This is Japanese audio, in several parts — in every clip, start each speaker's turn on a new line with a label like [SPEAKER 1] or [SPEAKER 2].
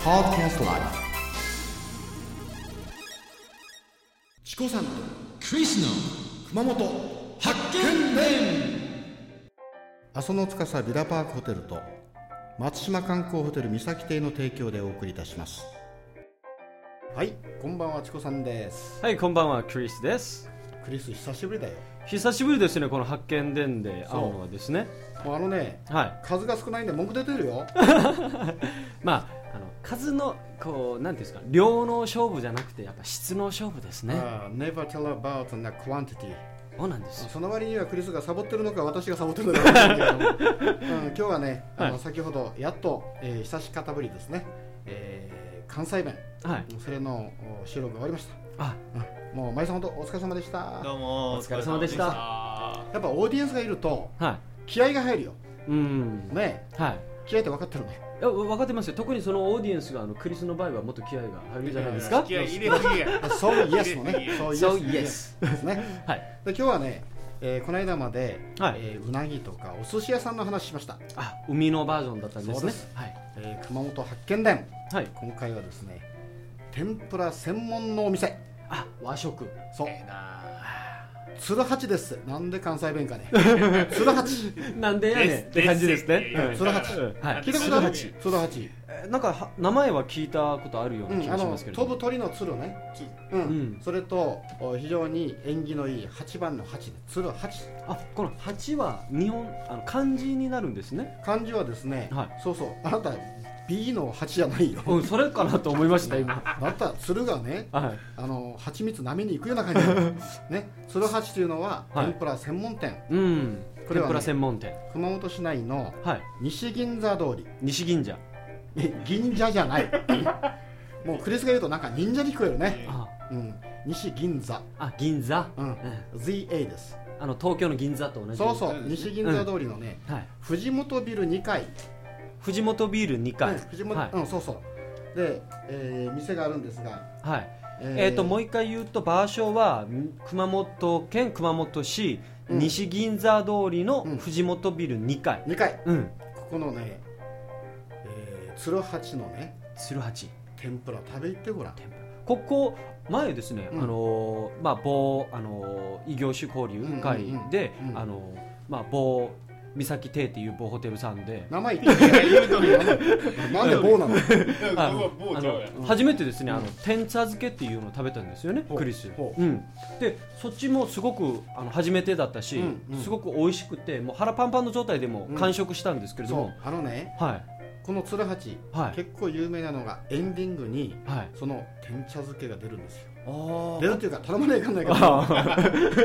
[SPEAKER 1] Podcast Live チコさんと
[SPEAKER 2] クリスの
[SPEAKER 1] 熊本
[SPEAKER 2] 発見伝
[SPEAKER 1] 阿蘇の司ビラパークホテルと松島観光ホテル三崎邸の提供でお送りいたしますはいこんばんはチコさんです
[SPEAKER 3] はい、こんばんは、クリスです。
[SPEAKER 1] クリス久しぶりだよ
[SPEAKER 3] 久しぶりですね、この発見伝で会うのはですね。
[SPEAKER 1] もうあのね
[SPEAKER 3] はい。
[SPEAKER 1] 数が少ないんで文句出てるよ
[SPEAKER 3] まあ、あの数の、こう、なんていうんですか、量の勝負じゃなくて、やっぱ質の勝負ですね。
[SPEAKER 1] ああ Never tell about the quantity
[SPEAKER 3] そうなんですよ。
[SPEAKER 1] その割にはクリスがサボってるのか私がサボってるのか分かんないけれども、うん、今日はねあの、
[SPEAKER 3] はい
[SPEAKER 1] 先ほどやっと、えー、久し方ぶりですね、えー関西弁
[SPEAKER 3] はい。
[SPEAKER 1] それのお収録が終わりました
[SPEAKER 3] あ、
[SPEAKER 1] もう舞さん本当お疲れ様でしたや
[SPEAKER 2] どうも
[SPEAKER 3] お疲れ様でした
[SPEAKER 2] お疲れ様
[SPEAKER 1] っぱオーディエンスがいると
[SPEAKER 3] は
[SPEAKER 1] 気合が入るよ
[SPEAKER 3] い。うん。
[SPEAKER 1] ね
[SPEAKER 3] はい。
[SPEAKER 1] 気合って分かってるね
[SPEAKER 3] いや、分かってますよ。特にそのオーディエンスが、あの、クリスの場合は、もっと気合が入るじゃないですか
[SPEAKER 2] い。や入れすぎや
[SPEAKER 1] そうイエスの ね
[SPEAKER 3] So
[SPEAKER 1] イエス
[SPEAKER 3] yes
[SPEAKER 1] ですね
[SPEAKER 3] はい。
[SPEAKER 1] で今日はね、えーこの間まで、
[SPEAKER 3] はい
[SPEAKER 1] えーうなぎとかお寿司屋さんの話しました、
[SPEAKER 3] あ、海のバージョンだったんで
[SPEAKER 1] そ
[SPEAKER 3] す
[SPEAKER 1] うで
[SPEAKER 3] ね
[SPEAKER 1] す。
[SPEAKER 3] はい。
[SPEAKER 1] えー熊本発見伝
[SPEAKER 3] はい。
[SPEAKER 1] 今回はですね天ぷら専門のお店
[SPEAKER 3] あ、和食。
[SPEAKER 1] そう
[SPEAKER 2] ええな
[SPEAKER 1] 鶴八ですなんで関西弁かね 鶴八
[SPEAKER 3] なんでやねんって感じですね。
[SPEAKER 2] です
[SPEAKER 1] その話
[SPEAKER 3] うんうんはい
[SPEAKER 1] 聞いたことある鶴八
[SPEAKER 3] えなんかは名前は聞いたことあるよう
[SPEAKER 1] う
[SPEAKER 3] な気
[SPEAKER 1] ん、あ
[SPEAKER 3] がし
[SPEAKER 1] の
[SPEAKER 3] ますけれ
[SPEAKER 1] 飛
[SPEAKER 3] ど
[SPEAKER 1] ぶ
[SPEAKER 3] も、
[SPEAKER 1] 鳥の鶴ね、う
[SPEAKER 3] うんん、
[SPEAKER 1] それとお非常に縁起のいい八番の八で鶴八
[SPEAKER 3] あこの八は日本あの漢字になるんですね
[SPEAKER 1] 漢字はですね、
[SPEAKER 3] は
[SPEAKER 1] そうそうあなた B の八じゃない よ
[SPEAKER 3] うんそれかなと思いました今
[SPEAKER 1] あなた鶴がね
[SPEAKER 3] はい
[SPEAKER 1] あの蜂蜜舐めに行くような感じな のね鶴八というのは
[SPEAKER 3] はい
[SPEAKER 1] 天ぷら専門店、
[SPEAKER 3] うん
[SPEAKER 1] これはね
[SPEAKER 3] 天ぷら専門店
[SPEAKER 1] 熊本市内の
[SPEAKER 3] はい
[SPEAKER 1] 西銀座通り
[SPEAKER 3] 西銀座
[SPEAKER 1] え銀座じゃない もうクリスが言うとなんか忍者に聞こえるね、
[SPEAKER 3] あ
[SPEAKER 1] うん、西銀座、
[SPEAKER 3] あ銀座
[SPEAKER 1] うん、ZA です
[SPEAKER 3] あの東京の銀座と同じ
[SPEAKER 1] そうそう
[SPEAKER 2] うん
[SPEAKER 1] 西銀座通りのね、
[SPEAKER 3] はい
[SPEAKER 1] 藤本ビル2階
[SPEAKER 3] 藤本ビール2階、
[SPEAKER 1] うん藤本、
[SPEAKER 3] はい
[SPEAKER 1] うんそうそうで、えー店があるんですが
[SPEAKER 3] はい
[SPEAKER 1] え
[SPEAKER 3] えー、とも
[SPEAKER 1] う
[SPEAKER 3] う一回言うと場所はん熊本県熊本市
[SPEAKER 1] うん
[SPEAKER 3] 西銀座通りの
[SPEAKER 1] うん
[SPEAKER 3] 藤本ビル2階
[SPEAKER 1] 2階
[SPEAKER 3] うん
[SPEAKER 1] ここのね、えー、鶴八のね
[SPEAKER 3] 鶴八
[SPEAKER 1] 天ぷら食べ行ってごらん
[SPEAKER 3] 天ぷらここ前ですね、
[SPEAKER 1] うん
[SPEAKER 3] あのーまあ某あのー異業種交流会で、
[SPEAKER 1] うんうんうんうん
[SPEAKER 3] あのーまあ某三崎亭っていう某ホテルさんで。
[SPEAKER 1] 名前 言ってみ
[SPEAKER 2] 言うとるよ
[SPEAKER 1] てなんで棒なの
[SPEAKER 3] あ
[SPEAKER 2] こ
[SPEAKER 3] の
[SPEAKER 2] こ某
[SPEAKER 3] あ
[SPEAKER 2] ちゃう
[SPEAKER 3] の
[SPEAKER 2] や
[SPEAKER 3] 初めてですね、
[SPEAKER 1] うん
[SPEAKER 3] あの天茶漬けっていうのを食べたんですよね、
[SPEAKER 1] ほう
[SPEAKER 3] クリス
[SPEAKER 1] ほ。
[SPEAKER 3] うん、で、そっちもすごくあの初めてだったし、
[SPEAKER 1] うんうん
[SPEAKER 3] すごく美味しくて、もう腹パンパンの状態でも
[SPEAKER 1] うん
[SPEAKER 3] 完食したんですけれど
[SPEAKER 1] そ
[SPEAKER 3] も
[SPEAKER 1] う、あのね
[SPEAKER 3] はい、
[SPEAKER 1] この鶴八
[SPEAKER 3] はい、
[SPEAKER 1] 結構有名なのがエンディングに
[SPEAKER 3] はい。
[SPEAKER 1] その天茶漬けが出るんですよ
[SPEAKER 3] あ
[SPEAKER 1] 出る
[SPEAKER 3] ー
[SPEAKER 1] っていうか頼まないかんないか
[SPEAKER 3] あ
[SPEAKER 1] ら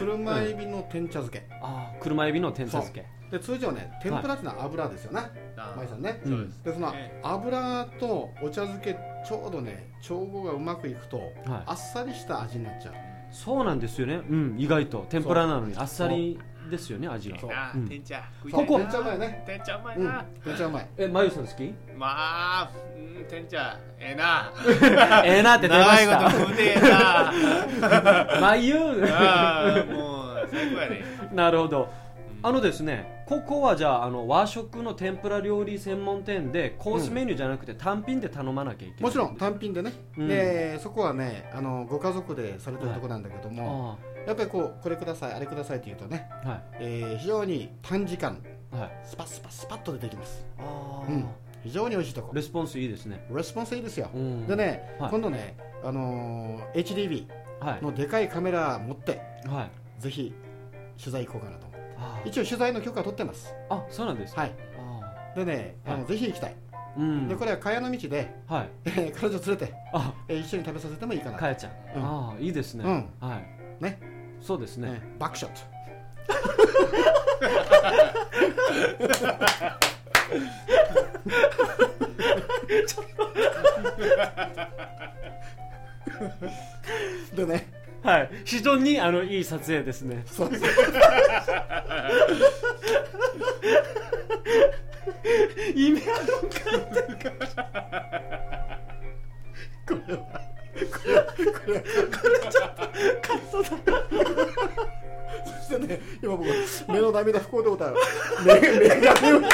[SPEAKER 1] 車エビの天茶漬け
[SPEAKER 3] ー、あー車エビの天茶漬け。
[SPEAKER 1] で通常ね天ぷらっていうのは油ですよね、
[SPEAKER 2] な
[SPEAKER 1] まいさんね
[SPEAKER 3] うん
[SPEAKER 2] そうです
[SPEAKER 1] でその
[SPEAKER 2] え
[SPEAKER 1] 油とお茶漬けちょうどね調合がうまくいくと
[SPEAKER 3] はい
[SPEAKER 1] あっさりした味になっちゃう
[SPEAKER 3] そうなんですよね、うん、意外と天ぷらなのにあっさりですよね味が
[SPEAKER 1] そう
[SPEAKER 2] な
[SPEAKER 3] うん
[SPEAKER 2] てんちゃん食い
[SPEAKER 1] そう
[SPEAKER 2] てん
[SPEAKER 1] 天
[SPEAKER 2] ち
[SPEAKER 1] 茶
[SPEAKER 2] ゃ
[SPEAKER 1] うまい
[SPEAKER 2] ん
[SPEAKER 1] ね
[SPEAKER 2] てんちゃんうまい
[SPEAKER 1] うん
[SPEAKER 2] な
[SPEAKER 1] 天茶うまい
[SPEAKER 3] えまゆさん好き
[SPEAKER 2] まあうんてんちゃんええな
[SPEAKER 3] ええなって出まし
[SPEAKER 2] 長い
[SPEAKER 3] た
[SPEAKER 2] こと食うてええな
[SPEAKER 3] まゆ
[SPEAKER 2] ああもう最高や ね
[SPEAKER 3] なるほど
[SPEAKER 2] うん
[SPEAKER 3] あのですねここはじゃああの和食の天ぷら料理専門店でコースメニューじゃなくて単品で頼まなきゃいけない
[SPEAKER 1] もちろん単品でね、
[SPEAKER 3] うん
[SPEAKER 1] でそこはねあのご家族でされてるとこなんだけども、
[SPEAKER 3] あ
[SPEAKER 1] やっぱりこうこれくださいあれくださいって言うとね、
[SPEAKER 3] あは
[SPEAKER 1] えー非常に短時間
[SPEAKER 3] いはい
[SPEAKER 1] スパスパスパッと出てきます
[SPEAKER 3] ああ、
[SPEAKER 1] うん非常に美味しいとこ
[SPEAKER 3] レスポンスいいですね
[SPEAKER 1] レスポンスいいですよ、
[SPEAKER 3] うん
[SPEAKER 1] でね、
[SPEAKER 3] はい
[SPEAKER 1] 今度ねあのー HDB
[SPEAKER 3] はい
[SPEAKER 1] のでかいカメラ持って
[SPEAKER 3] はい
[SPEAKER 1] ぜひ取材行こうかなと思って
[SPEAKER 3] あー
[SPEAKER 1] 一応取材の許可取ってます
[SPEAKER 3] あそうなんですか
[SPEAKER 1] はい
[SPEAKER 3] あ
[SPEAKER 1] でね、あ
[SPEAKER 3] は
[SPEAKER 1] のぜひ行きたい、
[SPEAKER 3] ーうん
[SPEAKER 1] でこれは蚊帳の道で、
[SPEAKER 3] はい
[SPEAKER 1] えー彼女連れて、
[SPEAKER 3] あ
[SPEAKER 1] えー一緒に食べさせてもいいかな
[SPEAKER 3] かやちゃん、
[SPEAKER 1] うん
[SPEAKER 3] ああいいですね、
[SPEAKER 1] う
[SPEAKER 3] はい
[SPEAKER 1] ね
[SPEAKER 3] そうですね、
[SPEAKER 1] ねバックショッ トでね
[SPEAKER 3] はい、非常にあのいい撮影ですね。
[SPEAKER 1] そう
[SPEAKER 3] 意味あるのか。
[SPEAKER 1] これは
[SPEAKER 3] そうだ。
[SPEAKER 1] そしてね今僕目の涙不幸でございます目目が目をチ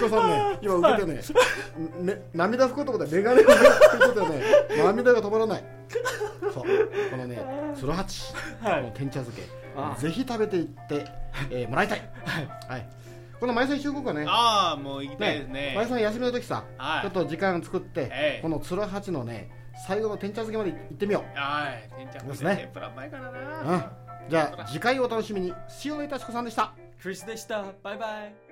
[SPEAKER 1] コさんね今受けてねね涙拭くとこでメガネを拭くことでね涙が止まらないそうこのねスロハチ
[SPEAKER 3] はい
[SPEAKER 1] の天茶漬け、
[SPEAKER 3] あ
[SPEAKER 1] ぜひ食べていって、えーもらいたいはい、この前線中国はね
[SPEAKER 2] ああもう行きたいですね
[SPEAKER 1] 前さん休みの時さ、
[SPEAKER 2] はい
[SPEAKER 1] ちょっと時間作って、
[SPEAKER 2] ええ
[SPEAKER 1] このつるはちのね最後の天茶漬けまで行ってみよう
[SPEAKER 2] はい天ちゃん
[SPEAKER 1] ですね
[SPEAKER 2] 天ぷらうまいからな
[SPEAKER 1] うん、じゃあ次回お楽しみに塩のいたしこさんでした
[SPEAKER 3] クリスでしたバイバイ